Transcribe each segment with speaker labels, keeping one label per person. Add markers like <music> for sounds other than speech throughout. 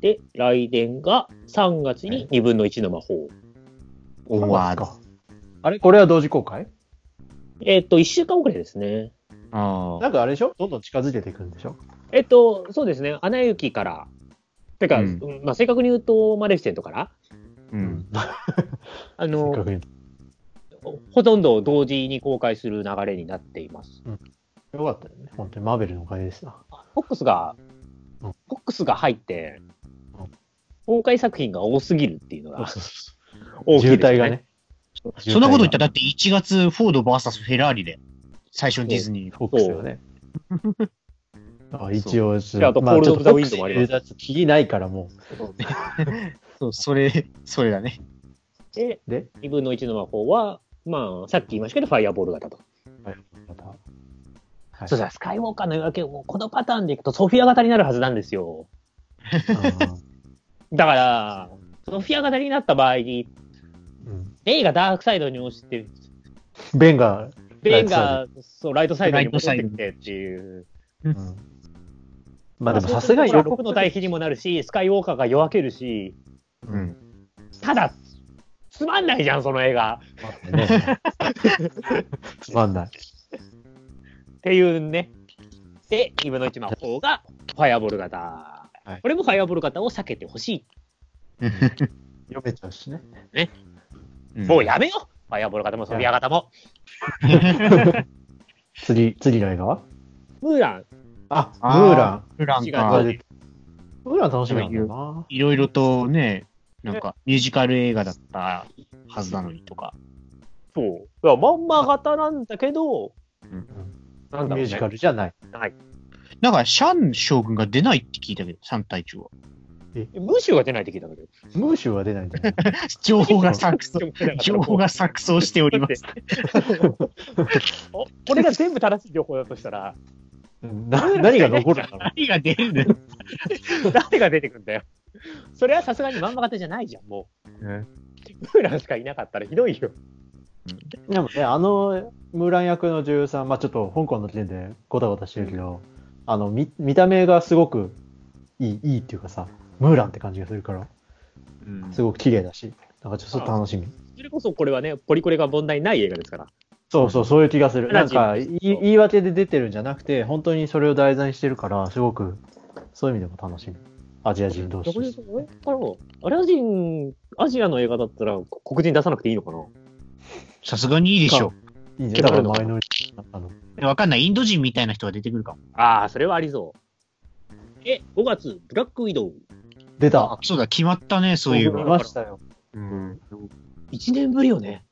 Speaker 1: で、来年が3月に2分の1の魔法。
Speaker 2: うわあ
Speaker 3: あれこれは同時公開
Speaker 1: えっ、と、1週間遅れですね。
Speaker 2: あ
Speaker 3: なんかあれでしょどんどん近づいていくんでしょ
Speaker 1: えっ、と、そうですね、アナ雪から、てか、
Speaker 2: うん
Speaker 1: うんまあ、正確に言うと、マレフィセントから、
Speaker 2: うん。
Speaker 1: あ
Speaker 3: せっか
Speaker 1: の、
Speaker 3: くに
Speaker 1: ほとんど同時に公開する流れになっています。
Speaker 3: よかったよね。本当にマーベルのおかげですな。
Speaker 1: フォックスが、
Speaker 3: う
Speaker 1: フ
Speaker 3: ん
Speaker 1: ォックスが入って
Speaker 3: うん、
Speaker 1: 公開作品が多すぎるっていうのが
Speaker 3: そうそ
Speaker 1: 大きい
Speaker 3: 渋
Speaker 1: です、
Speaker 3: 滞が。ね。
Speaker 2: そんなこと言ったら、だって1月、フォード VS フェラーリで、最初にディズニー。
Speaker 3: フォックスよね。あ一応、ち
Speaker 1: であと
Speaker 3: まあ
Speaker 1: コールド
Speaker 3: ちょっと
Speaker 1: オブザウィンドもあります
Speaker 3: フォックス入れたやつ切りないからも
Speaker 2: そう、それ、それだね。
Speaker 1: で、
Speaker 3: う。で、
Speaker 1: 2分の1の魔法は、まあ、さっき言いましたけど、ファイアボール型と。
Speaker 3: また。はい
Speaker 1: そうだ、スカイウォーカーの夜明け、もうこのパターンでいくとソフィア型になるはずなんですよ。
Speaker 3: う
Speaker 1: だから、ソフィア型になった場合に、
Speaker 3: んうん
Speaker 1: レイがダークサイドに落ちて、
Speaker 3: ベンが、
Speaker 1: レイがそうライトサイドに戻って
Speaker 2: ライ
Speaker 1: き
Speaker 2: ト
Speaker 1: てっていう。
Speaker 3: うんまあで
Speaker 1: そ
Speaker 3: も
Speaker 1: う
Speaker 3: さすがに
Speaker 1: ほら僕の対比にもなるし、スカイウォーカーが夜明けるし、
Speaker 2: うん。
Speaker 1: ただ、つまんないじゃん、その映画。
Speaker 3: ね。 <laughs> つまんない。
Speaker 1: っていうね。で、2分の1魔法がファイアボール型。
Speaker 3: はい
Speaker 1: これもファイアボール型を避けてほしい。
Speaker 3: 読めちゃうしね。
Speaker 1: もうやめよファイアボール型もソフィア型も。
Speaker 3: 釣り、釣りの映画は
Speaker 1: ムーラン、
Speaker 3: あ、ム
Speaker 2: あ
Speaker 3: ーラン。
Speaker 2: ブラン
Speaker 1: あ
Speaker 2: か
Speaker 1: 違う。
Speaker 3: ムーラン楽しみなんだよな。
Speaker 2: いろいろとね、なんか、ミュージカル映画だったはずなのにとか。
Speaker 1: そう。いや、まんま型なんだけど、なんだろうね
Speaker 3: ミュージカルじゃない。
Speaker 2: なんか、シャン将軍が出ないって聞いたけど、シャン隊長は。
Speaker 1: ムーシュが出ないって聞いたんだけど。
Speaker 3: ムーシュは出ないんだよ。
Speaker 2: 情報が錯綜、情報が
Speaker 1: だ
Speaker 2: 錯綜しております。
Speaker 1: って <laughs> おこれが全部正しい情報だとしたら、
Speaker 3: <laughs> な <laughs> 何が残るんだろ
Speaker 2: 何が出るんだよ。
Speaker 1: 誰が出てくんだよ。それはさすがにまんま型じゃないじゃん、もう。ムーランしかいなかったらひどいよ。
Speaker 3: う。でもね、あの、ムーラン役の女優さん、まあちょっと香港の時点でごたごたしてるけど、あの、見、見た目がすごくいい、いいっていうかさ、ムーランって感じがするから、
Speaker 2: うん
Speaker 3: すごく綺麗だし、なんかちょっと楽しみ。
Speaker 1: それこそこれはね、ポリコレが問題ない映画ですから。
Speaker 3: そうそう、そういう気がする。
Speaker 1: ラ
Speaker 3: な
Speaker 1: ジ
Speaker 3: ん
Speaker 1: オ
Speaker 3: か、い言い訳で出てるんじゃなくて、本当にそれを題材にしてるから、すごく、そういう意味でも楽しみ。アジア人同士
Speaker 1: 逆
Speaker 3: と
Speaker 1: に
Speaker 3: して。
Speaker 1: えあらアラジン、アジアの映画だったら黒人出さなくていいのかな
Speaker 2: さすがにいいでしょ
Speaker 3: いいね。
Speaker 1: 逆
Speaker 3: だ
Speaker 1: に
Speaker 3: からマイノリティなの。
Speaker 2: う。わかんない。インド人みたいな人が出てくるかも。
Speaker 1: ああ、それはありそう。え、5月、ブラックウィドウ。
Speaker 3: 出
Speaker 2: あ
Speaker 3: た、
Speaker 2: そうだ、決まったね、そういえ
Speaker 3: 見
Speaker 2: ば。
Speaker 3: ましたよ。
Speaker 2: うん。
Speaker 1: 1年ぶりよね。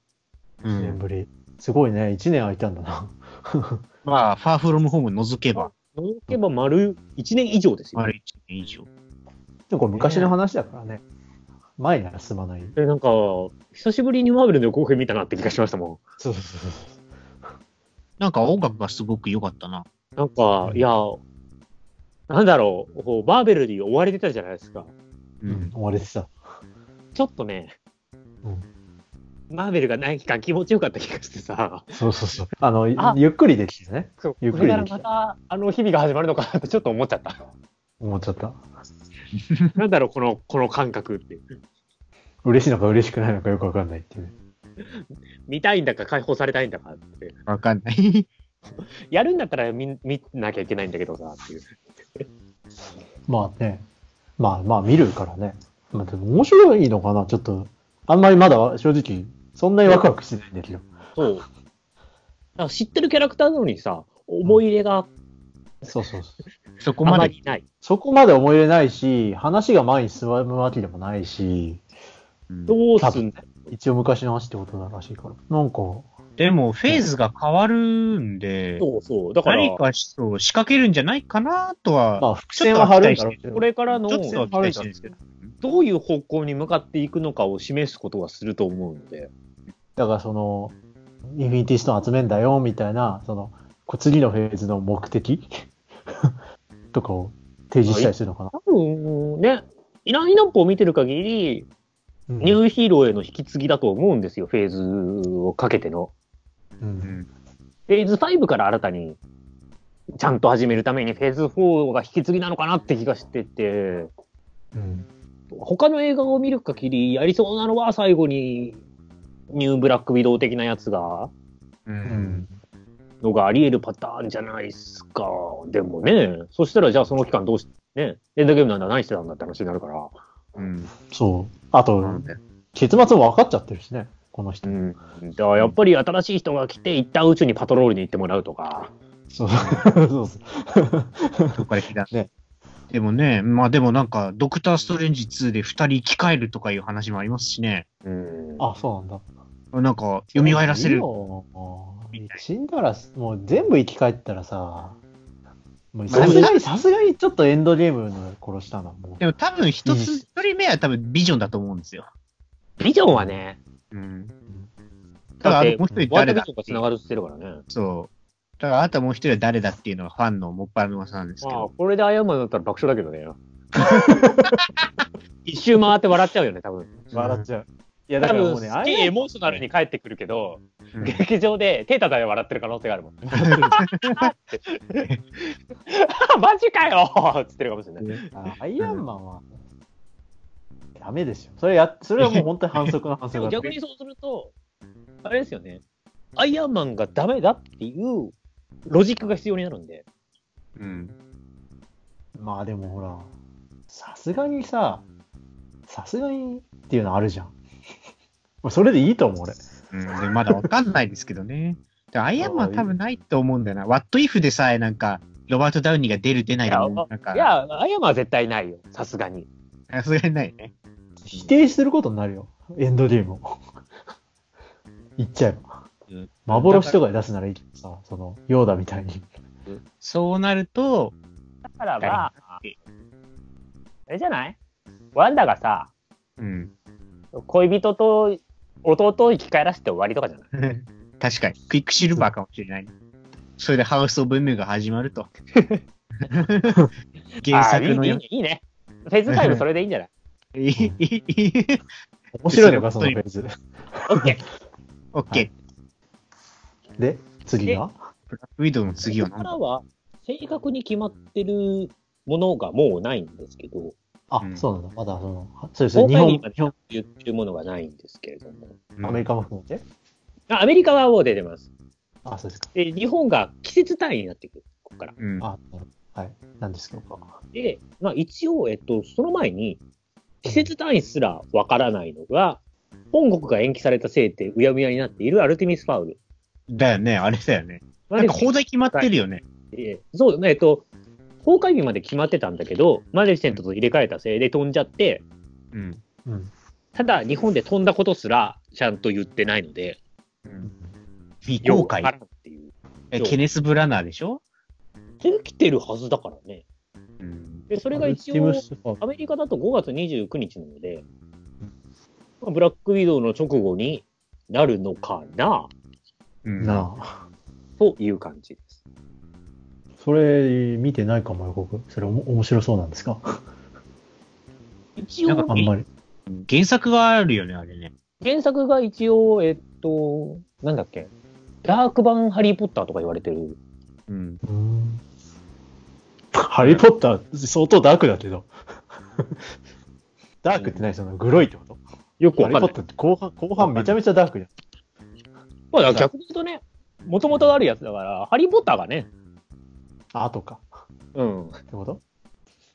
Speaker 2: う
Speaker 3: 1年
Speaker 2: ん
Speaker 3: ぶり。すごいね。1年空いたんだな。 <laughs>
Speaker 2: まあ、ファーフロムホーム除けば、
Speaker 1: 除けば丸1年以上ですよ。
Speaker 2: 丸1年以上。
Speaker 3: でもこれ昔の話だからね。前なら進まない。
Speaker 1: えなんか、久しぶりにマーベルの予告編見たなって気がしましたも
Speaker 3: そうそうそうそ
Speaker 2: なんか音楽がすごく良かったな。
Speaker 1: ん。なんか、いや、なんだろう、こうマーベルに追われてたじゃないですか。
Speaker 2: う
Speaker 3: う。うん。。終われてた。
Speaker 1: ちょっとね、マーベルがない期間気持ちよかった気がしてさ、
Speaker 3: そうそうそう。あの、
Speaker 1: あ
Speaker 3: ゆっくりできてね。
Speaker 1: こ
Speaker 3: ゆ
Speaker 1: れ
Speaker 3: っくり
Speaker 1: からまたあの日々が始まるのかなってちょっと思っちゃった。
Speaker 3: 思っちゃった。
Speaker 1: なんだろう、この、この感覚って。
Speaker 3: 嬉しいのか嬉しくないのかよくわかんないっていうね。
Speaker 1: 見たいんだか解放されたいんだかって。
Speaker 2: わかんない。 <laughs>
Speaker 1: やるんだったら見見なきゃいけないんだけどさ、っていう。
Speaker 3: まあね。まあまあ見るからね。まあでも面白いのかなちょっと。あんまりまだ正直、そんなにワクワクしてないんだけど。
Speaker 1: そう。だから知ってるキャラクターなのにさ、思い入れが
Speaker 3: そうそうそう。
Speaker 2: そこ
Speaker 1: あ
Speaker 2: ま
Speaker 1: ま
Speaker 2: で。
Speaker 1: りない。
Speaker 3: そこまで思い入れないし、話が前に進むわけでもないし、
Speaker 2: うん
Speaker 1: どうすんだ
Speaker 3: 一応昔の話ってことだらしいから。なんか、
Speaker 2: でも、フェーズが変わるんで、
Speaker 1: そうそう。だから、
Speaker 2: 何かそう仕掛けるんじゃないかなとは、
Speaker 3: まあ伏線は張るんだろうけど
Speaker 1: こ。れからの
Speaker 2: ちょっとは期待してるんですけど。
Speaker 1: どういう方向に向かっていくのかを示すことはすると思うので、
Speaker 3: だからその、インフィニティストーン集めんだよ、みたいな、その、こ次のフェーズの目的 <laughs> とかを提示したりするのかな。
Speaker 1: 多分ね、イランイナップを見てる限り、
Speaker 3: うん
Speaker 1: ニューヒーローへの引き継ぎだと思うんですよ、フェーズをかけての。
Speaker 3: う
Speaker 2: うんん
Speaker 1: フェーズ5から新たに、ちゃんと始めるためにフェーズ4が引き継ぎなのかなって気がしてて、
Speaker 3: うん。
Speaker 1: 他の映画を見る限り、やりそうなのは最後に、ニューブラックビドウ的なやつが、
Speaker 4: う。
Speaker 3: うんん。
Speaker 1: のがあり得るパターンじゃないですか。でもね、そしたらじゃあその期間どうし、ね、エンドゲームなんだ何してたんだって話になるから。
Speaker 4: うん。
Speaker 3: そう。あと、
Speaker 4: そうね。
Speaker 3: 結末も分かっちゃってるしね、この人。
Speaker 1: ん。だからやっぱり新しい人が来て、一旦宇宙にパトロールに行ってもらうとか。
Speaker 3: そう。そう
Speaker 2: <laughs>
Speaker 3: そう。
Speaker 4: どっかで聞いた。
Speaker 2: でもね、まあでもなんか、ドクター・ストレンジ2で2人生き返るとかいう話もありますしね。
Speaker 1: うん。
Speaker 3: あ、そうなんだ。
Speaker 2: なんか、蘇らせる。
Speaker 3: もう死んだら、もう全部生き返ったらさ、もう
Speaker 2: まあ
Speaker 3: さすがに、さすがにちょっとエンドゲームの殺したな、もう
Speaker 2: でも多分一つ、一人目は多分ビジョンだと思うんですよ。
Speaker 1: ビジョンはね、
Speaker 2: うん。ただ
Speaker 1: だっ
Speaker 2: あ
Speaker 1: て
Speaker 2: と、もう一人
Speaker 1: ワール
Speaker 2: 誰
Speaker 1: ドビジョ
Speaker 2: だ
Speaker 1: ンが繋がるって言ってるからね。
Speaker 2: そう。だから、あともう一人は誰だっていうのはファンのもっぱらの噂なんですけ
Speaker 1: まあ
Speaker 2: ど。、
Speaker 1: これで謝るんだったら爆笑だけ <laughs> どね。一周回って笑っちゃうよね、多分。
Speaker 3: 笑っちゃう。いや、だ
Speaker 1: 多
Speaker 3: からも
Speaker 1: 分、
Speaker 3: うね、
Speaker 1: す
Speaker 3: あ
Speaker 1: っげえエ
Speaker 3: れ、
Speaker 1: モーショナルに帰ってくるけど、
Speaker 2: うん
Speaker 1: 劇場で手叩いて笑ってる可能性があるもん。あ <laughs> マジかよっつってるかもしれない。
Speaker 3: あアイアンマンは、ダメでしょ。それや、それはもう本当に反則の反
Speaker 1: <laughs> で
Speaker 3: 則
Speaker 1: も
Speaker 3: だっ
Speaker 1: 逆にそうすると、あれですよね、アイアンマンがダメだっていうロジックが必要になるんで、
Speaker 4: うん。
Speaker 3: まあでもほら、さすがにさ、さすがにっていうのあるじゃん。もう <laughs> それでいいと思う、俺。
Speaker 2: うん、でまだわかんないですけどね。でアイアンマンは多分ないと思うんだよな。ワットイフでさえなんか、ロバート・ダウニーが出る出ない
Speaker 1: いや
Speaker 2: のもなん
Speaker 1: い
Speaker 2: か、
Speaker 1: や、アイアンマンは絶対ないよ、さすがに。
Speaker 2: さすがにないね。
Speaker 3: 否定することになるよ。エンドゲームを。 <laughs> 言っちゃえば
Speaker 1: うん。
Speaker 3: 幻とかで出すならいいけどさ、その、ヨーダみたいに。
Speaker 2: そうなると、
Speaker 1: だからまあ、あれじゃないワンダがさ、
Speaker 2: うん。 <laughs>
Speaker 1: 恋人と弟を生き返らせて終わりとかじゃない
Speaker 2: 確かに、クイックシルバーかもしれない。それでハウス・オブ・エムが始ま
Speaker 1: <laughs>
Speaker 2: ると。原作の
Speaker 1: あーいい
Speaker 2: よ
Speaker 1: ね。いいね。フェイズタイムそれでいいんじゃない
Speaker 2: いいいいいい
Speaker 3: 面白いのか、そ
Speaker 2: そ
Speaker 3: の
Speaker 2: れ
Speaker 3: フェーズ。
Speaker 1: オッケー。
Speaker 2: オッケー。
Speaker 3: で、次が
Speaker 2: ブラックウィドウの <laughs> 次は
Speaker 1: ここ
Speaker 2: 何
Speaker 1: から
Speaker 2: だ
Speaker 1: は正確に決まってるものがもうないんですけど、
Speaker 3: あ
Speaker 2: う、ん
Speaker 3: そうなんだ。まだ、その、そうです
Speaker 1: 公
Speaker 3: ね。
Speaker 1: 開
Speaker 3: 日本
Speaker 1: 日、まで
Speaker 3: 日本、
Speaker 1: 言ってるものがないんですけれども。
Speaker 3: アメリカも含めて。
Speaker 1: あアメリカはもう出てます。
Speaker 3: あ、そうですか。
Speaker 1: で、日本が季節単位になってくる。ここから。
Speaker 2: うん。
Speaker 3: あ、なるほどはい。なんですけどか。
Speaker 1: で、まあ一応、えっと、その前に、季節単位すらわからないのが、本国が延期されたせいでうやむやになっているアルテミス・ファウル。
Speaker 2: だよね、あれだよね。なんか放題決まってるよね。
Speaker 1: でそうね、えっと、公開日まで決まってたんだけど、マレフィセントと入れ替えたせいで飛んじゃって、
Speaker 2: うん。
Speaker 3: うん。
Speaker 1: ただ日本で飛んだことすらちゃんと言ってないので、
Speaker 2: 未
Speaker 1: よ
Speaker 2: 公
Speaker 1: くわ
Speaker 2: 開
Speaker 1: から。んっていう。
Speaker 2: えケネス・ブラナーでしょ
Speaker 1: できてるはずだからね。
Speaker 2: うん。
Speaker 1: で、それが一
Speaker 3: アル
Speaker 1: 応
Speaker 3: ティム、スファウル
Speaker 1: アメリカだと5月29日なので、まあブラックウィドウの直後になるのかな
Speaker 2: うん
Speaker 3: なあ。
Speaker 1: という感じです。
Speaker 3: それ、見てないかも、予告。それ、おも面白そうなんですか
Speaker 1: 一
Speaker 2: なん
Speaker 1: 応
Speaker 2: か
Speaker 3: あんまり。
Speaker 2: 原作があるよね、あれね。
Speaker 1: 原作が一応、えっと、なんだっけ、ダーク版ハリー・ポッターとか言われてる。
Speaker 2: うん。
Speaker 3: うんハリー・ポッター、相当ダークだけど。 <laughs> ダークって何そのグロいってこと
Speaker 1: よく
Speaker 3: ハ
Speaker 1: わか
Speaker 3: リー・
Speaker 1: んな
Speaker 3: ポッ
Speaker 1: い。
Speaker 3: ターって後半、後半めちゃめちゃダークじ
Speaker 1: まあ、だから逆に言うとね、もともとあるやつだから、ハリー・ポッターがね、
Speaker 3: ゃん。あとか。
Speaker 1: うん。
Speaker 3: ってこと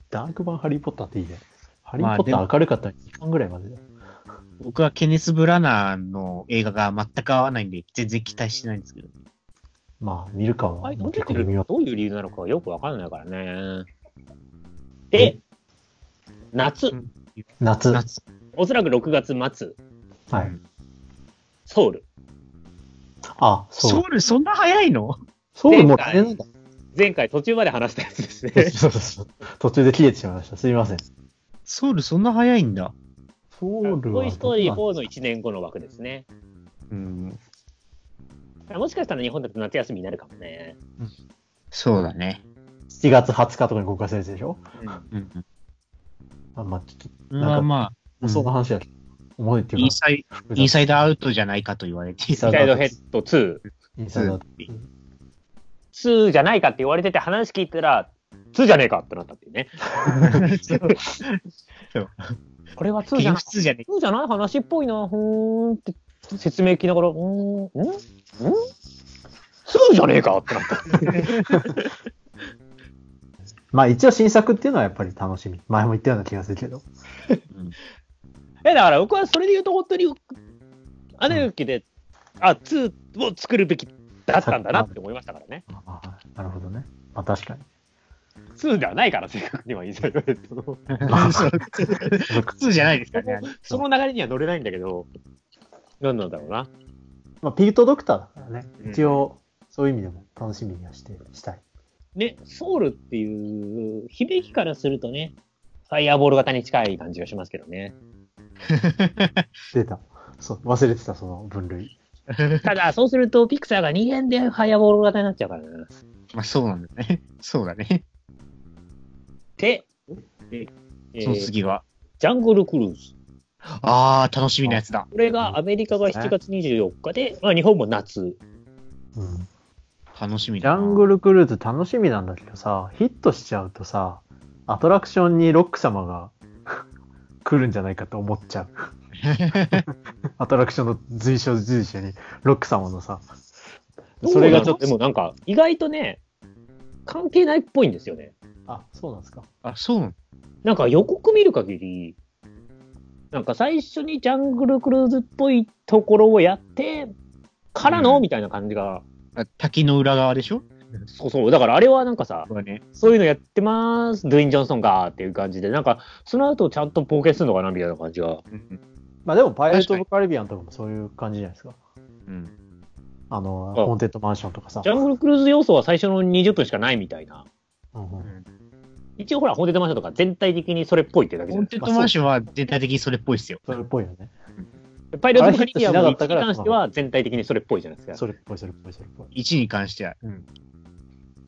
Speaker 3: ダーク版ハリー・ポッターっていいね。ハリ
Speaker 2: ま
Speaker 3: ー・
Speaker 2: あ
Speaker 3: ポッタ
Speaker 2: でも
Speaker 3: ー明るかったら2巻ぐらいまでだよ。
Speaker 2: 僕はケネス・ブラナーの映画が全く合わないんで、全然期待してないんですけど。
Speaker 3: まあ、見るかは
Speaker 1: あれ、
Speaker 3: も
Speaker 1: ど
Speaker 3: う
Speaker 1: う
Speaker 3: 結構微妙。
Speaker 1: いう理由なのかよくわかんないからね。で、夏、
Speaker 3: 夏。はい。
Speaker 2: 夏。
Speaker 1: おそらく6月末、ソウル。
Speaker 3: あ、そ
Speaker 2: ソ
Speaker 3: う
Speaker 2: ウ。ル、そんな早いの
Speaker 3: そうもう大変なんだ。
Speaker 1: 前回途中まで話したやつですね。
Speaker 3: そうそうそう。途中で切れてしまいました。すみません。
Speaker 2: ソウル、そんな早いんだ。
Speaker 3: ソウル
Speaker 1: ト
Speaker 3: は
Speaker 1: イ・ストーリー4の1年後の枠ですね。
Speaker 2: うん。
Speaker 1: もしかしたら日本だと夏休みになるかもね。
Speaker 2: そうだね。
Speaker 3: 7月20日とかに公開されてるでしょ
Speaker 2: うん。
Speaker 3: まあ、まあ、ちょっと
Speaker 2: まあまあ、
Speaker 3: そん
Speaker 2: う
Speaker 3: な話だけど。重いって
Speaker 2: ん
Speaker 3: い
Speaker 2: イ
Speaker 3: う
Speaker 2: ンサイ
Speaker 3: か、
Speaker 2: インサイドアウトじゃないかと言われてい
Speaker 3: イン
Speaker 1: ス
Speaker 3: サイ
Speaker 1: ライドヘッド2。
Speaker 3: インサイドアウト
Speaker 1: 2じゃないかって言われてて話聞いたら、 2じゃねえかってなったっていうね。
Speaker 2: そう
Speaker 1: これは2じ
Speaker 2: ゲ
Speaker 1: ゃな
Speaker 2: ーム
Speaker 1: い。
Speaker 2: 2じゃね
Speaker 1: 2じゃない話っぽいな、ふーんって説明聞きながら、うーん、んん ?2 じゃねえかってなった。
Speaker 3: まあ一応新作っていうのはやっぱり楽しみ。前も言ったような気がするけど。
Speaker 1: え、だから僕はそれで言うと本当に、あの時で、あ、2を作るべきだったんだなって思いましたからね。
Speaker 3: ああなるほどね。まあ確かに。
Speaker 1: 2ではないから、正確には言いたいわけですけど
Speaker 2: えか。そう2じゃないですからね。あれ
Speaker 1: その流れには乗れないんだけど、何なんだろうな。
Speaker 3: まあピートドクターだからね
Speaker 4: う。ん
Speaker 3: 一応、そういう意味でも楽しみにはして、したい。
Speaker 1: ね、ソウルっていう響きからするとね、ファイアボール型に近い感じがしますけどね。
Speaker 3: 出た。そう、忘れてた、その分類。
Speaker 1: ただ、そうするとピクサーが2円でファイアボール型になっちゃうからな。
Speaker 2: まあそうなんだね。 <laughs> そうだね。
Speaker 1: で、えー
Speaker 2: その次は。
Speaker 1: ジャングルクルーズ。
Speaker 2: ああ、楽しみなやつだ。
Speaker 1: これがアメリカが7月24日で、まあ、日本も夏。
Speaker 3: うん。
Speaker 2: 楽しみ
Speaker 3: ジャ
Speaker 2: だな。
Speaker 3: ングルクルーズ楽しみなんだけどさ、ヒットしちゃうとさ、アトラクションにロック様が <laughs> 来るんじゃないかと思っちゃう。アトラクションの随所随所にロック様のさ、それがちょっと、
Speaker 1: でもなんか、意外とね、関係ないっぽいんですよね。
Speaker 3: あ、そうなんですか。
Speaker 2: あ、そうなの
Speaker 1: なんか予告見る限り、なんか最初にジャングルクルーズっぽいところをやって、からの、
Speaker 2: うん
Speaker 1: みたいな感じが。
Speaker 2: あ滝の裏側でしょ
Speaker 1: そうそう。だからあれはなんかさ、
Speaker 2: これね。
Speaker 1: そういうのやってます、ドゥイン・ジョンソンがっていう感じで、なんか、その後ちゃんと冒険するのかなみたいな感じが。
Speaker 2: うん
Speaker 3: まあでも、パイレー
Speaker 2: 確
Speaker 3: ト・
Speaker 2: か
Speaker 3: オ
Speaker 2: に
Speaker 3: ブ・カリビアンとかもそういう感じじゃないですか。
Speaker 2: うん。
Speaker 3: あの、
Speaker 1: あ
Speaker 3: ホーンテッド・マンションとかさ。
Speaker 1: ジャングルクルーズ要素は最初の20分しかないみたいな。
Speaker 3: うんうん
Speaker 1: 一応ほら、ホンテッドマンションとか全体的にそれっぽいってだけじゃな
Speaker 2: コン
Speaker 1: いで
Speaker 2: テントマンションは全体的にそれっぽいっすよ。
Speaker 3: それっぽいよね。
Speaker 1: すか。パイレート・オブ・カリビアン
Speaker 3: あれ
Speaker 1: も
Speaker 3: ヒット
Speaker 1: 1
Speaker 3: しなかったか
Speaker 1: に
Speaker 3: ら
Speaker 1: 関しては全体的にそれっぽいじゃないですか。
Speaker 3: それっぽい、それっぽい、それっぽい。
Speaker 2: 1に関しては。うん。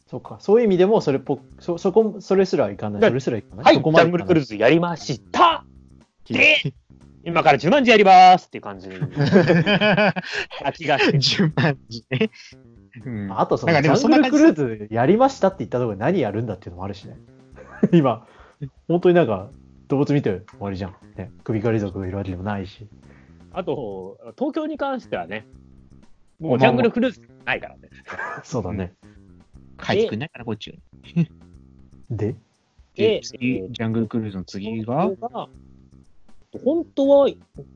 Speaker 3: そうか。そういう意味でも、それっぽく、そ、そこ、それすらいかない。
Speaker 1: だ
Speaker 3: それすらいかない。
Speaker 1: はい、ジ
Speaker 3: そこま
Speaker 1: ャ
Speaker 3: で
Speaker 1: ン
Speaker 3: い
Speaker 1: グ
Speaker 3: かな
Speaker 1: ル
Speaker 3: い
Speaker 1: クルーズやりましたで、今から10万字やりますっていう感じ。秋がして。
Speaker 2: <laughs> 順番にね。うん。
Speaker 3: あとその、
Speaker 2: なんか
Speaker 3: ジ
Speaker 2: でも
Speaker 3: ャング
Speaker 2: そんな
Speaker 3: ル
Speaker 2: 感
Speaker 3: ク
Speaker 2: じ
Speaker 3: ルーズやりましたって言ったところで何やるんだっていうのもあるしね。 <laughs> 今、本当になんか、動物見て終わりじゃん。ね、首狩り族がいるわけでもないし。
Speaker 1: あと、東京に関してはね、もうジャングルクルーズないからね。
Speaker 3: そうだね。
Speaker 2: 帰ってくんないかな、こっちが。
Speaker 3: で、
Speaker 1: で
Speaker 2: で、次、ジャングルクルーズの次が
Speaker 1: 本、当は本当は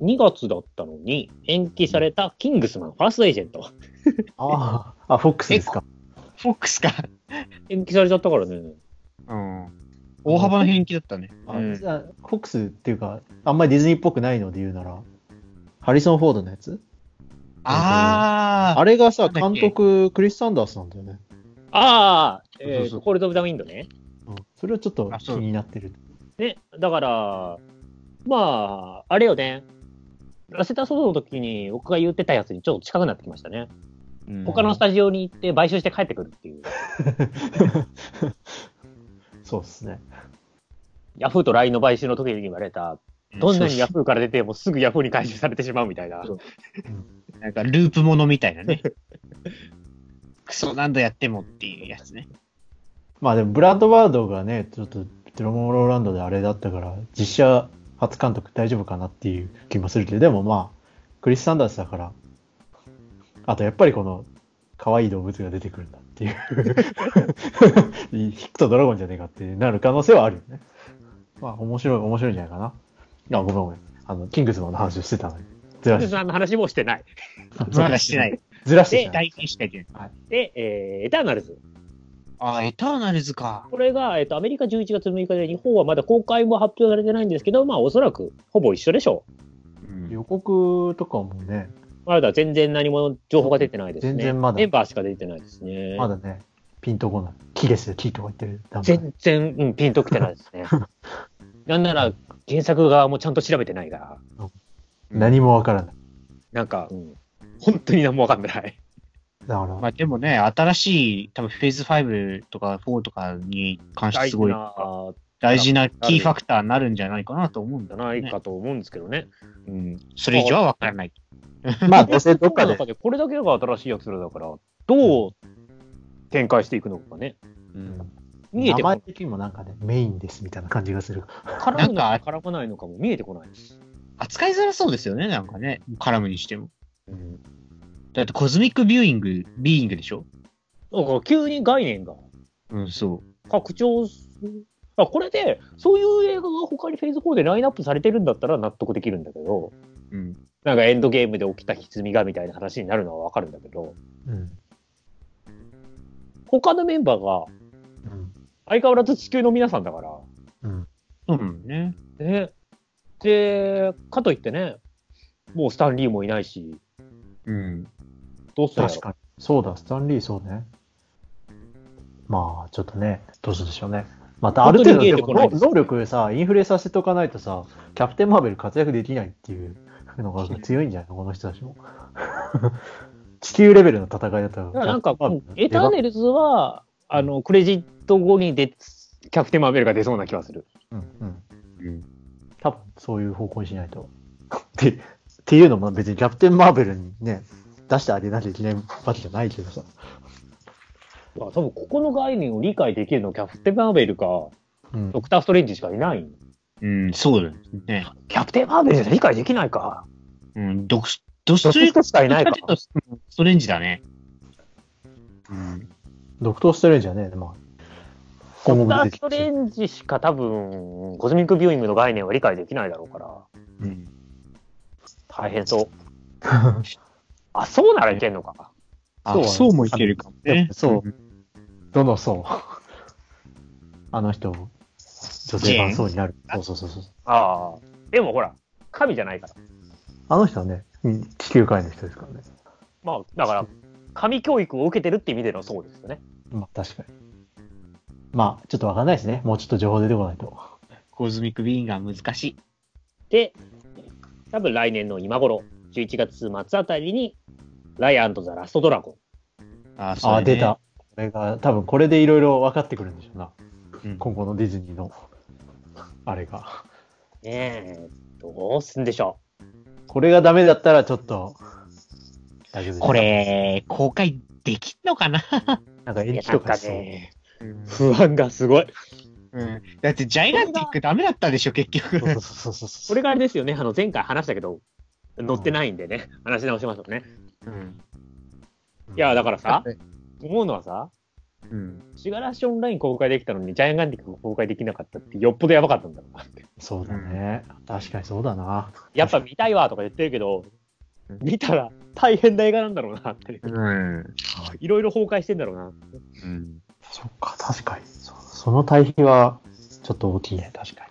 Speaker 1: 2月だったのに、延期されたキングスマン、ファーストエージェント。
Speaker 3: ああ、あ、フォックスですか。
Speaker 2: フォックスか。
Speaker 1: 延期されちゃったからね。
Speaker 2: うん。大幅な変気だったね。
Speaker 3: あ
Speaker 1: うん
Speaker 3: じゃあフォックスっていうか、あんまりディズニーっぽくないので言うなら、ハリソン・フォードのやつ
Speaker 2: あー
Speaker 3: あれがさ、
Speaker 2: なんだっ
Speaker 3: 監
Speaker 2: け
Speaker 3: 督、クリス・サンダースなんだよね。
Speaker 1: ああ、え
Speaker 2: そう
Speaker 1: ー
Speaker 2: そう
Speaker 1: コールド・オブ・ザ・ウィンドね。
Speaker 3: うんそれはちょっと
Speaker 2: あ
Speaker 3: 気
Speaker 2: そう
Speaker 3: になってる。
Speaker 1: ね、だから、まあ、あれよね。ラセタソードの時に僕が言ってたやつにちょっと近くなってきましたね。
Speaker 2: うん
Speaker 1: 他のスタジオに行って買収して帰ってくるっていう。
Speaker 3: <laughs> そうですね。
Speaker 1: ヤフーと LINE の買収の時に言われた、どんなにヤフーから出てもすぐヤフーに回収されてしまうみたいな。
Speaker 2: そうなんかループものみたいな <laughs> ね。クソ何度やってもっていうやつね。
Speaker 3: まあでも、ブラッドワードがね、ちょっと、ドラモンローランドであれだったから、実写初監督大丈夫かなっていう気もするけど、でもまあ、クリス・サンダースだから、あとやっぱりこの、可愛い動物が出てくるんだって <laughs> いう、ヒックとドラゴンじゃねえかってなる可能性はあるよね。まあ、面白い、面白いんじゃないかな。あ、ごめんごめん。あの、キングスマンの話をしてたのに。ずら
Speaker 1: キング
Speaker 3: し
Speaker 1: スマンの話もしてない。
Speaker 2: まだしてない。
Speaker 3: ずらして
Speaker 1: で
Speaker 3: きた
Speaker 2: 大変したいけど。
Speaker 1: で、えーエターナルズ。
Speaker 2: あー、エターナルズか。
Speaker 1: これが、えっとアメリカ11月6日で、日本はまだ公開も発表されてないんですけど、まあ、おそらくほぼ一緒でしょう。
Speaker 3: 予告とかもね、
Speaker 1: まだ全然何も情報が出てないですね。
Speaker 3: 全然まだ
Speaker 1: メンバーしか出てないですね。
Speaker 3: まだね、ピンとこない。木ですよ、木とか言ってる段階。
Speaker 1: 全然、うん、ピンときてないですね。なんなら、原作側もちゃんと調べてないから、
Speaker 3: 何もわからない。
Speaker 1: なんか、うん、本当に何もわかんない。
Speaker 3: だから、
Speaker 2: まあでもね、新しい、多分フェーズ5とか4とかに関してすごい
Speaker 1: 大事な
Speaker 2: 大事なキーファクターになるんじゃないかなと思うん
Speaker 1: じ
Speaker 2: だ
Speaker 1: ゃ
Speaker 2: よ
Speaker 1: ない
Speaker 2: ね。
Speaker 1: かと思うんですけどね。
Speaker 2: うん。それ以上はわからない。
Speaker 3: まあ、 <laughs> どうせどっか
Speaker 1: の
Speaker 3: で
Speaker 1: 中。でこれだけが新しいやつらだから、どう展開していくのかね。
Speaker 2: うん。
Speaker 1: 見えて
Speaker 3: 名
Speaker 1: こな
Speaker 3: 前
Speaker 1: い。
Speaker 3: 的にもなんかね、メインですみたいな感じがする。
Speaker 1: 絡むのか絡まないのかも見えてこないし。
Speaker 2: 扱いづらそうですよね、なんかね。絡むにしても。
Speaker 1: うん。
Speaker 2: だってコズミックビューイング、ビーイングでしょ
Speaker 1: だから急に概念が
Speaker 2: うん、そ
Speaker 1: 拡張する。あこれで、そういう映画が他にフェーズ4でラインナップされてるんだったら納得できるんだけど、
Speaker 2: う。うん。
Speaker 1: なんかエンドゲームで起きた歪みがみたいな話になるのはわかるんだけど、
Speaker 3: うん。
Speaker 1: 他のメンバーが
Speaker 3: うん。
Speaker 1: 相変わらず地球の皆さんだから、
Speaker 3: うん。
Speaker 2: うんね。
Speaker 1: ね。で、かといってね、もうスタンリーもいないし、
Speaker 2: うん。
Speaker 1: どうするんやろ
Speaker 3: 確かに。そうだ、スタンリー、そうね。まあ、ちょっとね、どうするでしょうね。また、ある程度
Speaker 1: 本当に見え
Speaker 3: で
Speaker 1: て
Speaker 3: も
Speaker 1: こない
Speaker 3: 能
Speaker 1: です
Speaker 3: 能力さ、インフレさせとかないとさ、キャプテン・マーベル活躍できないっていうのが強いんじゃないのこの人たちも。 <laughs> 地球レベルの戦いだったら。
Speaker 1: だからなんか、
Speaker 3: キャプテンマーベル
Speaker 1: エターネルズは、あの、クレジット後にで、キャプテンマーベルが出そうな気がする。
Speaker 3: うんうん。
Speaker 2: うん。
Speaker 3: 多分そういう方向にしないと。 <laughs> って、っていうのも別にキャプテン・マーベルにね、出してあげなきゃいけないわけじゃないけどさ。
Speaker 1: まあ、多分ここの概念を理解できるのキャプテンマーベルか、
Speaker 3: うん
Speaker 1: ドクターストレンジしかいない。
Speaker 2: うん、そうだね。
Speaker 1: キャプテンマーベルじゃ理解できないか。
Speaker 2: うん、ドクス、ドス
Speaker 1: ド
Speaker 2: ト
Speaker 1: ク
Speaker 2: レン
Speaker 1: ターしかいないか。
Speaker 2: ジ、ストレンジだね。うん。
Speaker 3: ドクター・ストレンジはね、まあ、
Speaker 1: ド
Speaker 3: 今後
Speaker 1: クタ
Speaker 3: も
Speaker 1: ー
Speaker 3: 出て
Speaker 1: ス
Speaker 3: きて
Speaker 1: トレンジしか多分、コズミックビューイングの概念は理解できないだろうから、
Speaker 2: うん。
Speaker 1: 大変 <laughs> そう。あ、そうならいけんのか。
Speaker 3: そう
Speaker 2: あ、
Speaker 3: は
Speaker 2: そうもいけるかもね。
Speaker 3: そう。どの層 <laughs> あの人、女性版層になる。そうそうそうそう。
Speaker 1: ああ。でもほら、神じゃないから。
Speaker 3: あの人はね、うん地球界の人ですからね。
Speaker 1: まあ、だから、神教育を受けてるって意味でのそうですよね。
Speaker 3: まあ、確かに。まあ、ちょっとわかんないですね。もうちょっと情報出てこないと。
Speaker 2: コズミックビーンが難しい。
Speaker 1: で、多分来年の今頃、11月末あたりに、ライアンとザ・ラストドラゴ
Speaker 2: あ、そう
Speaker 3: あ
Speaker 2: だ
Speaker 3: あ、
Speaker 2: ね
Speaker 3: 出た。。これが、多分これでいろいろ分かってくるんでしょうな。
Speaker 2: うん
Speaker 3: 今後のディズニーの、あれが。
Speaker 1: ン。ねえ、どうすんでしょ
Speaker 3: これがダメだったらちょっと、大丈夫です
Speaker 2: こ。れ、公開できんのかな
Speaker 3: なんか
Speaker 1: う。い
Speaker 3: 延
Speaker 1: や
Speaker 3: 期
Speaker 1: なん
Speaker 3: と
Speaker 1: か
Speaker 3: かしそう。
Speaker 1: ね、
Speaker 2: うん
Speaker 1: 不安がすごい。
Speaker 2: だって、ジャイガンティックダメだったでしょ、結局。
Speaker 3: そうそうそうそ
Speaker 1: こ
Speaker 3: う。
Speaker 1: れがあれですよね、あの前回話したけど、乗ってないんでね、話し直しましょうね。
Speaker 2: うん。
Speaker 1: いや、だからさ、
Speaker 2: うん
Speaker 1: 思うのはさ、
Speaker 2: うん。
Speaker 1: シガラシオンライン公開できたのに、ジャイアンガンディックが公開できなかったって、よっぽどやばかったんだろうなって。
Speaker 3: そうだね。確かにそうだな。
Speaker 1: やっぱ見たいわとか言ってるけど、見たら大変な映画なんだろうなって。
Speaker 2: うん。
Speaker 1: いろいろ崩壊してんだろうなって。
Speaker 2: うん。
Speaker 3: そっか、確かに。そその対比は、ちょっと大きいね、確かに。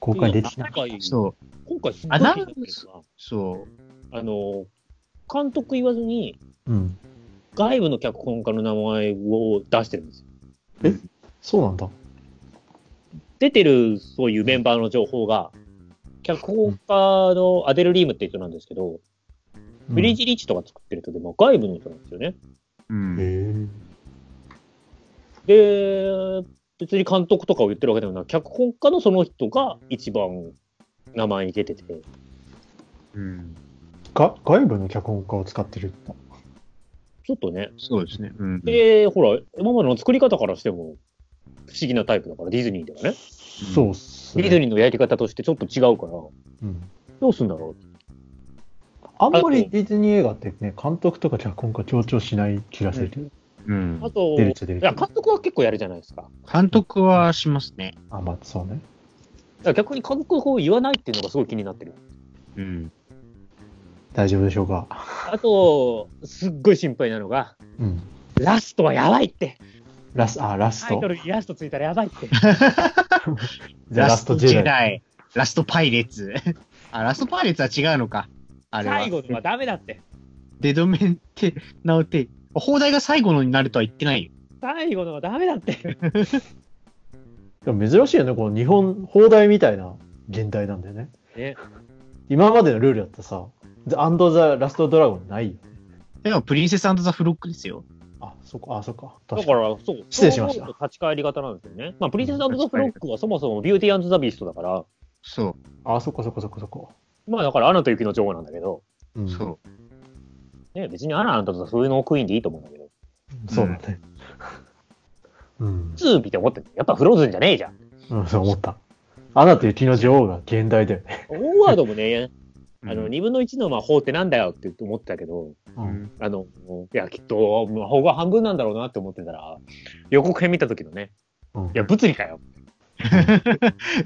Speaker 3: 公開できない。
Speaker 1: 今回
Speaker 2: そう。
Speaker 1: 今回すごい
Speaker 2: あなん
Speaker 1: 聞いてるのは
Speaker 2: そ
Speaker 1: あの、監督言わずに、
Speaker 3: うん。
Speaker 1: 外部の脚本家の名前を出してるんですよ。
Speaker 3: そうなんだ。
Speaker 1: 出てるそういうメンバーの情報が、脚本家のアデル・リームって人なんですけど、ブリッジ・リーチとか作ってる人でも外部の人なんですよね。
Speaker 3: う
Speaker 2: う。う
Speaker 3: ん。
Speaker 2: ん。
Speaker 3: へ
Speaker 1: で、別に監督とかを言ってるわけでもなく、脚本家のその人が一番名前に出てて、
Speaker 2: うん。
Speaker 3: え。が外部の脚本家を使ってるって
Speaker 1: ちょっとね。
Speaker 2: そうですね。うん。
Speaker 1: で、ほら、今までの作り方からしても、不思議なタイプだから、ディズニーではね。
Speaker 3: そうっす
Speaker 1: デ
Speaker 3: ね。
Speaker 1: ィズニーのやり方としてちょっと違うから、
Speaker 3: うん
Speaker 1: どうすんだろう
Speaker 3: あんまりディズニー映画ってね、監督とか脚本家強調しない気がするけど、
Speaker 2: うん
Speaker 1: あ。と、
Speaker 3: 出る
Speaker 1: い
Speaker 3: っちゃ出るっち
Speaker 1: や
Speaker 3: ゃ。
Speaker 1: 監督は結構やるじゃないですか。だか
Speaker 2: 監督はしますね。
Speaker 3: あ、まあそうね。
Speaker 1: ら逆に監督を言わないっていうのがすごい気になってる。
Speaker 2: うん。
Speaker 3: 大丈夫でしょうか。
Speaker 1: あと、すっごい心配なのが、
Speaker 3: うん。
Speaker 1: ラストはやばいって。
Speaker 3: ラス、あ、ラス
Speaker 1: タイ
Speaker 3: ト
Speaker 1: ト。ルにラストついたらやばいって。
Speaker 3: じゃあラストジェダイ。
Speaker 2: イ。ラストパイレーツ。あ、ラストパイレーツは違うのか。あれは。
Speaker 1: 最後のはダメだって。
Speaker 2: デドメンって、なおて、放題が最後のになるとは言ってないよ。
Speaker 1: 最後のはダメだって。
Speaker 3: でも珍しいよね、この日本、放題みたいな現代なんだよね。
Speaker 1: ね、
Speaker 3: 今までのルールだったらさ、ザ・アンド・ザ・ラスト・ドラゴンないよ。
Speaker 2: でも、プリンセスザ・フロックですよ。
Speaker 3: あ、そこ、あ、そっか。
Speaker 1: だ
Speaker 3: 確
Speaker 1: か
Speaker 3: かに。
Speaker 1: ら、そう。
Speaker 3: 失礼しました
Speaker 1: そう思うと立ち返り方なんですよね。まあ、プリンセス・アンド・ザ・フロックはそもそもビューティー・ザ・ビーストだから、
Speaker 2: そ
Speaker 3: あ、そっかそっかそっかそっか。
Speaker 1: まあ、だから、アナと雪の女王なんだけど、
Speaker 3: う
Speaker 2: う。
Speaker 3: ん。
Speaker 2: そ
Speaker 1: ね、別にアナあんたとそういうのをクイーンでいいと思うんだけど。
Speaker 3: そうだね。うん。
Speaker 1: 2見て思ったやっぱフローズンじゃねえじゃん。
Speaker 3: うん、そう思った。アナと雪の女王が現代だよね。
Speaker 1: オーワードもね、あの、
Speaker 4: うん
Speaker 1: 2分の1の魔法ってなんだよって思ってたけど、
Speaker 3: うん。
Speaker 1: あの、いや、きっと魔法が半分なんだろうなって思ってたら、予告編見た時のね、
Speaker 3: うん
Speaker 1: いや、物理かよ。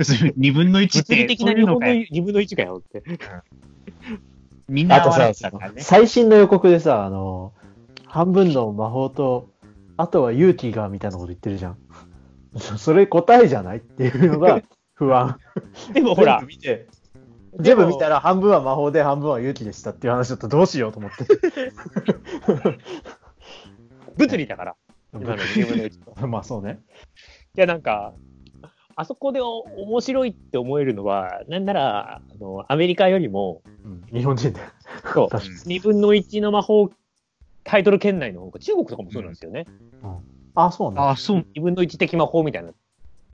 Speaker 2: それ <laughs> 二分の一っ
Speaker 1: 物理
Speaker 2: て、
Speaker 1: 的
Speaker 2: そう
Speaker 1: な
Speaker 2: い
Speaker 1: 2
Speaker 2: う
Speaker 1: 分の
Speaker 2: のが
Speaker 1: 2分の1かよって。
Speaker 2: みん
Speaker 3: あ
Speaker 2: な
Speaker 3: と
Speaker 2: 笑
Speaker 3: さ
Speaker 2: ってたから、ね。
Speaker 3: 最新の予告でさ、あの、半分の魔法と、あとは勇気が、みたいなこと言ってるじゃん。 <laughs> そそれ答えじゃないっていうの
Speaker 2: <laughs>
Speaker 3: が不安。
Speaker 1: でもほら
Speaker 3: 全部、見て。
Speaker 1: も
Speaker 3: 全部見たら半分は魔法で半分は勇気でしたっていう話だったらどうしようと思って。
Speaker 1: 物理だから、今の2分の1と。
Speaker 3: <laughs> まあそうね。
Speaker 1: いや、なんか、あそこでお面白いって思えるのは、なんなら、あの、アメリカよりも、
Speaker 3: うん日本人だよ。
Speaker 1: そう
Speaker 3: 確かに
Speaker 1: 2分の1の魔法タイトル圏内の方が、中国とかもそうなんですよね。
Speaker 3: あ、そうなんだ
Speaker 2: あ、そう。
Speaker 1: 2分の1的魔法みたいな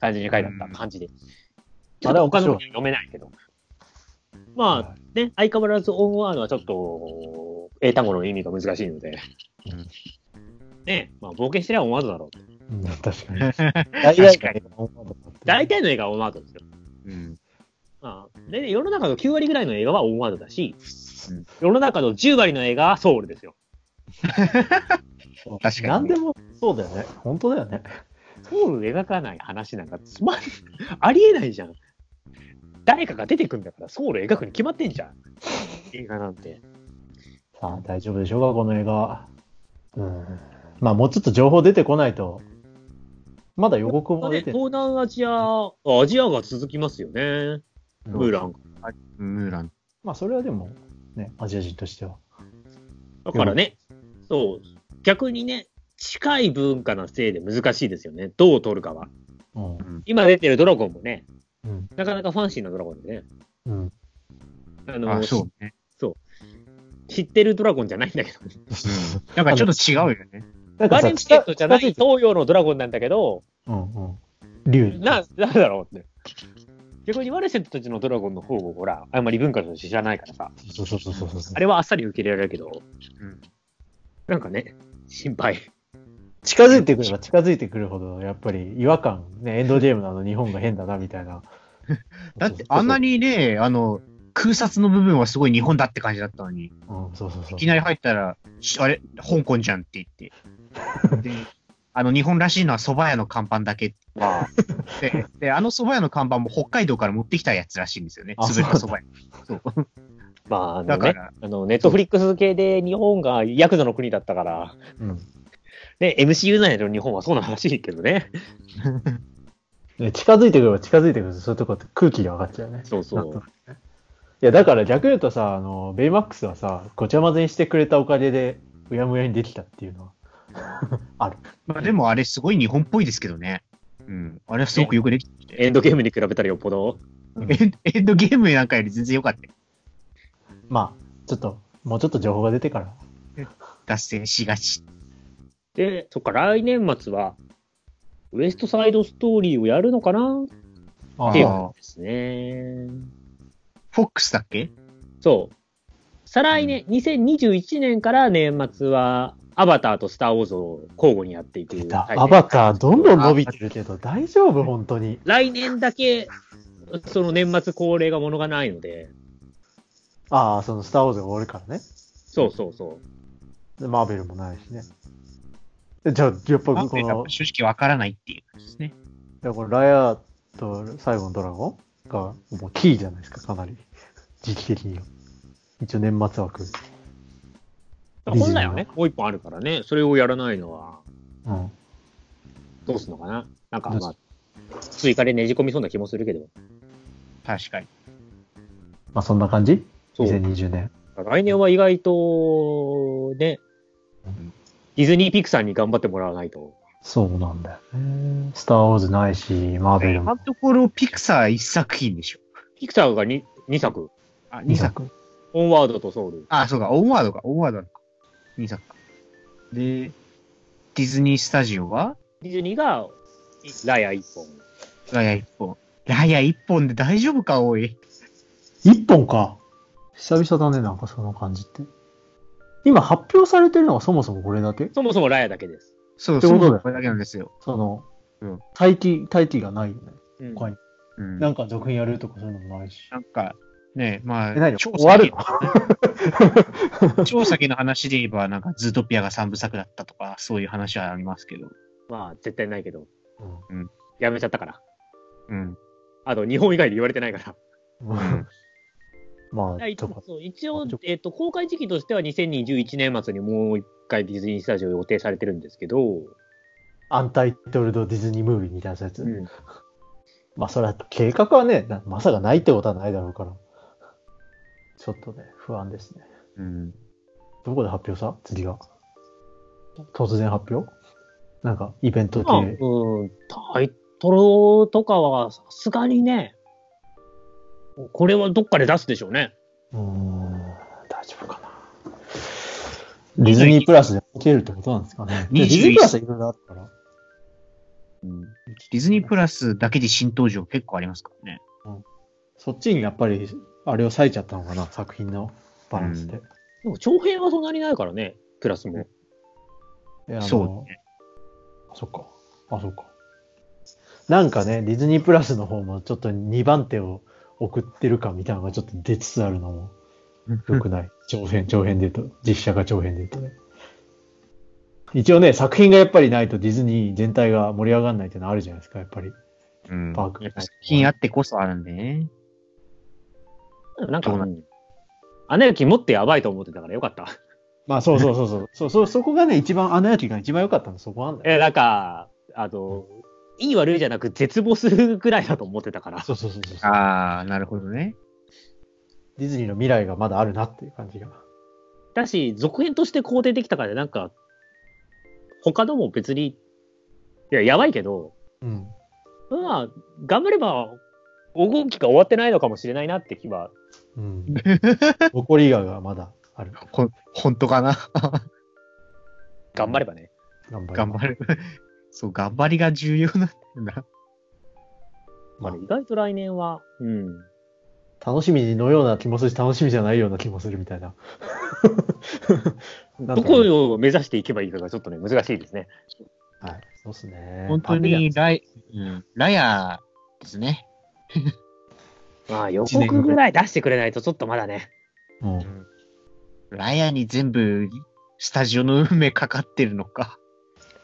Speaker 1: 感じに書いてあった
Speaker 4: うん
Speaker 1: 感じで。ちょ
Speaker 3: あ
Speaker 1: っ
Speaker 3: れ
Speaker 1: と
Speaker 3: は
Speaker 1: 他のこと読めないけど。ま
Speaker 3: は
Speaker 1: あね、相変わらずオンワードはちょっと英単語の意味が難しいので
Speaker 4: うん。
Speaker 1: ねまあ冒険してりゃオンワードだろうと。
Speaker 3: うん確かに。大
Speaker 2: <laughs> 確か
Speaker 3: 体
Speaker 2: に。
Speaker 3: が思うことだっ
Speaker 1: 大
Speaker 3: て
Speaker 1: 体の映画はオンワードですよ。
Speaker 4: うん。
Speaker 1: まあ、で、世の中の9割ぐらいの映画はオンワードだし、世の中の10割の映画はソウルですよ。
Speaker 3: そう
Speaker 2: 確かに
Speaker 3: 何でもそうだよね。本当だよね。
Speaker 1: ソウル描かない話なんかつまんありえないじゃん。誰かが出てくんだからソウル描くに決まってんじゃん。映画なんて。
Speaker 3: さあ、大丈夫でしょうか、この映画。うん。まあ、もうちょっと情報出てこないと。まだ予告も出て
Speaker 1: 東南アジア、アジアが続きますよね。ムーラン。
Speaker 4: ムーラン。
Speaker 3: まあ、それはでも、ね、アジア人としては。
Speaker 1: だからね、そう、逆にね、近い文化のせいで難しいですよね。どう撮るかは。
Speaker 3: うん。
Speaker 1: 今出てるドラゴンもね、
Speaker 3: うん。
Speaker 1: なかなかファンシーなドラゴンでね。
Speaker 3: <laughs> うん。
Speaker 1: あの
Speaker 2: あ、そうね。
Speaker 1: 知ってるドラゴンじゃないんだけど。
Speaker 2: なんかちょっと違うよね。
Speaker 3: な
Speaker 1: バ
Speaker 3: んかさ
Speaker 1: レンテットじゃない
Speaker 3: 近づい
Speaker 1: 東
Speaker 3: て
Speaker 1: 洋のドラゴンなんだけど、
Speaker 3: うんうん。竜。
Speaker 1: な、なんだろうって。逆にワレセットたちのドラゴンの方をほら、あんまり文化として知らないからさ、
Speaker 3: そうそうそうそうそう。
Speaker 1: あれはあっさり受け入れられるけど、
Speaker 4: うん
Speaker 1: なんかね、心配。
Speaker 3: 近づいてくれば近づいてくるほど、やっぱり違和感、ね、エンドゲームなの日本が変だな、みたい <laughs> な。
Speaker 2: だって、あんなにね、あの、空撮の部分はすごい日本だって感じだったのに、
Speaker 3: うん、そうそうそう。
Speaker 2: いきなり入ったら、しあれ、香港じゃんって言
Speaker 1: <laughs>
Speaker 2: って。で、あの、日本らしいのは蕎麦屋の看板だけってで、であの蕎麦屋の看板も北海道から持ってきたやつらしいんですよね。
Speaker 3: あ
Speaker 2: 潰れた蕎麦屋。そう。
Speaker 1: まあ、あの
Speaker 2: だか
Speaker 1: ね、
Speaker 2: ら、
Speaker 1: あのネットフリックス系で日本がヤクザの国だったから、
Speaker 3: うん。
Speaker 1: ね、MCU 内の日本はそうならしいけどね。
Speaker 3: ね近づいてくれば近づいてくるとそういうとこって空気が上がっちゃうね。
Speaker 1: そうそ
Speaker 3: なんと
Speaker 1: う
Speaker 3: な。くねいや、だから逆言うとさ、あの、ベイマックスはさ、ごちゃ混ぜにしてくれたおかげで、うやむやにできたっていうのは、 <laughs> ある。
Speaker 2: まあでもあれすごい日本っぽいですけどね。
Speaker 4: うん。
Speaker 2: あれはすごくよくでき
Speaker 1: <laughs>
Speaker 2: て
Speaker 1: エンドゲームに比べたらよっぽど。
Speaker 3: うん
Speaker 2: エンエンドゲームなんかより全然良かったよ。
Speaker 3: まあ、ちょっと、もうちょっと情報が出てから。
Speaker 2: 脱線しがち。
Speaker 1: で、そっか、来年末は、ウエストサイドストーリーをやるのかな
Speaker 3: あ
Speaker 1: っていう
Speaker 2: あ
Speaker 1: 感じですね。
Speaker 2: フォックスだっけ
Speaker 1: そう。再来年、2021年から年末は、アバターとスター・ウォーズを交互にやっていく。
Speaker 3: 出た。
Speaker 1: はい
Speaker 3: アバター、どんどん伸びてるけど、大丈夫本当に。
Speaker 1: 来年だけ、その年末恒例がものがないので、
Speaker 3: ああ、その、スター・ウォーズが終わるからね。
Speaker 1: そうそうそう。
Speaker 3: でマーベルもないしね。でじゃあ、やっぱ
Speaker 2: なん
Speaker 3: こ
Speaker 2: でやっ
Speaker 3: の
Speaker 2: ぱ、正直わからないっていう感じですね。
Speaker 3: だからライアーと最後のドラゴンがもうキーじゃないですか、かなり。時期的には。一応年末枠。ィズニー
Speaker 1: 本来はね、もう一本あるからね、それをやらないのは、
Speaker 3: うん。
Speaker 1: どうすんのかななんか、
Speaker 3: どうす
Speaker 1: まあ、追加でねじ込みそうな気もするけど。
Speaker 2: 確かに。
Speaker 3: まあそんな感じ
Speaker 1: そう。
Speaker 3: ?2020 年。
Speaker 1: 来年は意外と、ね
Speaker 3: うん、
Speaker 1: ディズニー・ピクサーに頑張ってもらわないと。
Speaker 3: そうなんだよね。スター・ウォーズないし、マーベル
Speaker 2: あ
Speaker 3: も
Speaker 2: のところピクサー一作品でしょ。
Speaker 1: ピクサーが 2, 2作、
Speaker 2: あ、
Speaker 3: 2
Speaker 2: 二作。
Speaker 3: 作。
Speaker 1: オンワードとソウル。
Speaker 2: あ、そうか、オンワードか、オンワードか。二作か。で、ディズニースタジオは
Speaker 1: ディズニーがいライア1本。
Speaker 2: ラヤ一本。ラヤ一本で大丈夫か、おい。
Speaker 3: 1本か。久々だね、なんかその感じって。今発表されてるのがそもそもこれだけ
Speaker 1: そもそもライアだけです。
Speaker 2: そう、
Speaker 3: ってこ
Speaker 2: そう
Speaker 3: とだよ
Speaker 2: これだけなんですよ。
Speaker 3: その
Speaker 2: うん、
Speaker 3: 待機、待機がないよね。
Speaker 1: うん
Speaker 3: 他に。
Speaker 2: うん、
Speaker 3: なんか続編やるとかそういうのもないし。
Speaker 2: なんか、ねまあ、
Speaker 3: え、何
Speaker 2: 超
Speaker 3: 終わるの
Speaker 2: 先 <laughs> 超先の話で言えば、なんか、ズートピアが三部作だったとか、そういう話はありますけど。
Speaker 1: まあ、絶対ないけど。
Speaker 3: <laughs> う
Speaker 1: やめちゃったから。
Speaker 2: うん。
Speaker 1: あと、日本以外で言われてないから。
Speaker 3: んまあ、
Speaker 1: 一
Speaker 3: とか。
Speaker 1: そう一応
Speaker 3: あちょ、
Speaker 1: えっと、公開時期としては2021年末にもう一回ディズニースタジオ予定されてるんですけど、
Speaker 3: アンタイトルドディズニームービーみたいなやつ。
Speaker 1: うん
Speaker 3: まあ、それは計画はね、なまさかないってことはないだろうから。ちょっとね、不安ですね。
Speaker 4: うん。
Speaker 3: どこで発表さ次が。突然発表なんか、イベント
Speaker 1: まあ、う
Speaker 3: 系。
Speaker 1: ん、タイトルとかはさすがにね、これはどっかで出すでしょうね。
Speaker 3: うーん、大丈夫かな。ディズニープラスで受けるってことなんですかね。
Speaker 2: 21
Speaker 3: ディズニープラスはいろいろあったから。
Speaker 2: ディズニープラスだけで新登場結構ありますからね。
Speaker 3: そっちにやっぱり、あれを割いちゃったのかな、作品のバランスで。
Speaker 1: でも長編はそんなにないからね、プラスも。
Speaker 3: えあの
Speaker 2: そうね。
Speaker 3: あそっか。あ、そっか。なんかね、ディズニープラスの方もちょっと2番手を送ってる感みたいなのがちょっと出つつあるのも良くない。長編、長編で言うと、実写が長編で言うとね。一応ね、作品がやっぱりないとディズニー全体が盛り上がらないっていうのはあるじゃないですか、やっぱり。
Speaker 4: うん。
Speaker 3: パーク
Speaker 2: やっぱ作品あ
Speaker 3: あ
Speaker 2: ってこそあるんでね。
Speaker 1: なんか、
Speaker 2: どう
Speaker 1: う、
Speaker 2: なん
Speaker 1: アナ雪もっとやばいと思ってたからよかった。
Speaker 3: まあそうそうそうそう。そうそうそこがね、一番、アナ雪が一番良かったの、そこなんだよ。
Speaker 1: え、なんか、あの、いい悪いじゃなく絶望するぐらいだと思ってたから。
Speaker 3: そうそうそうそうそう。
Speaker 2: ああ、なるほどね。
Speaker 3: ディズニーの未来がまだあるなっていう感じが。
Speaker 1: だし、続編として肯定できたから、なんか、他のも別に、いや、やばいけど、
Speaker 3: うん。
Speaker 1: まあ、頑張れば、黄金期が終わってないのかもしれないなって気は
Speaker 2: <laughs>
Speaker 3: うん。残りががまだある。
Speaker 2: ほ、本当かな
Speaker 1: 頑張ればね。
Speaker 3: 頑張れ
Speaker 2: 頑張る。 <laughs> そう、頑張りが重要なんだ <laughs> よ
Speaker 1: まあね、意外と来年は、うん。
Speaker 3: 楽しみのような気もするし、楽しみじゃないような気もするみ
Speaker 2: <laughs>
Speaker 3: たいな。なん
Speaker 1: ど
Speaker 3: とか
Speaker 1: こ
Speaker 3: ね
Speaker 1: を目指していけばいいかがちょっとね、難しいですね。
Speaker 3: はい。そうっすね
Speaker 2: な。。本当にライ、うん、ラヤーですね。
Speaker 1: まあ、予
Speaker 2: 一年
Speaker 1: 告ぐらい出してくれないと、ちょっとまだね。
Speaker 3: うん
Speaker 2: ラヤに全部、スタジオの運命かかってるのか。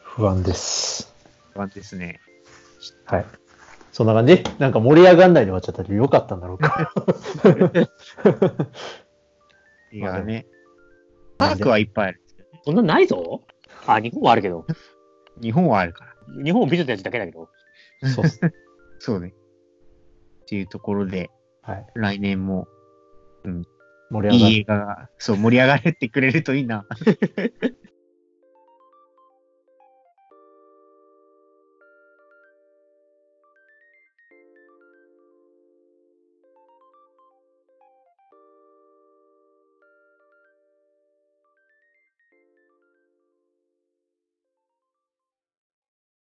Speaker 3: 不安です。
Speaker 2: 不安ですね。
Speaker 3: はい。そんな感じなんか盛り上がんないで終わっちゃったけど、よかったんだろうか。
Speaker 2: いやね。
Speaker 3: まあで
Speaker 2: パ
Speaker 3: も
Speaker 2: ークはいっぱいあるんですけどね。
Speaker 1: そんなのないぞ。あ、日本はあるけど。
Speaker 2: 日本はあるから。
Speaker 1: 日本美女たちだけだけど。
Speaker 3: そうっすね。
Speaker 2: そうね。っていうところで、
Speaker 3: はい。
Speaker 2: 来年も
Speaker 3: 盛り上
Speaker 2: い
Speaker 3: が
Speaker 2: い映画が、そう、盛り上がれてくれるといいな。
Speaker 3: る。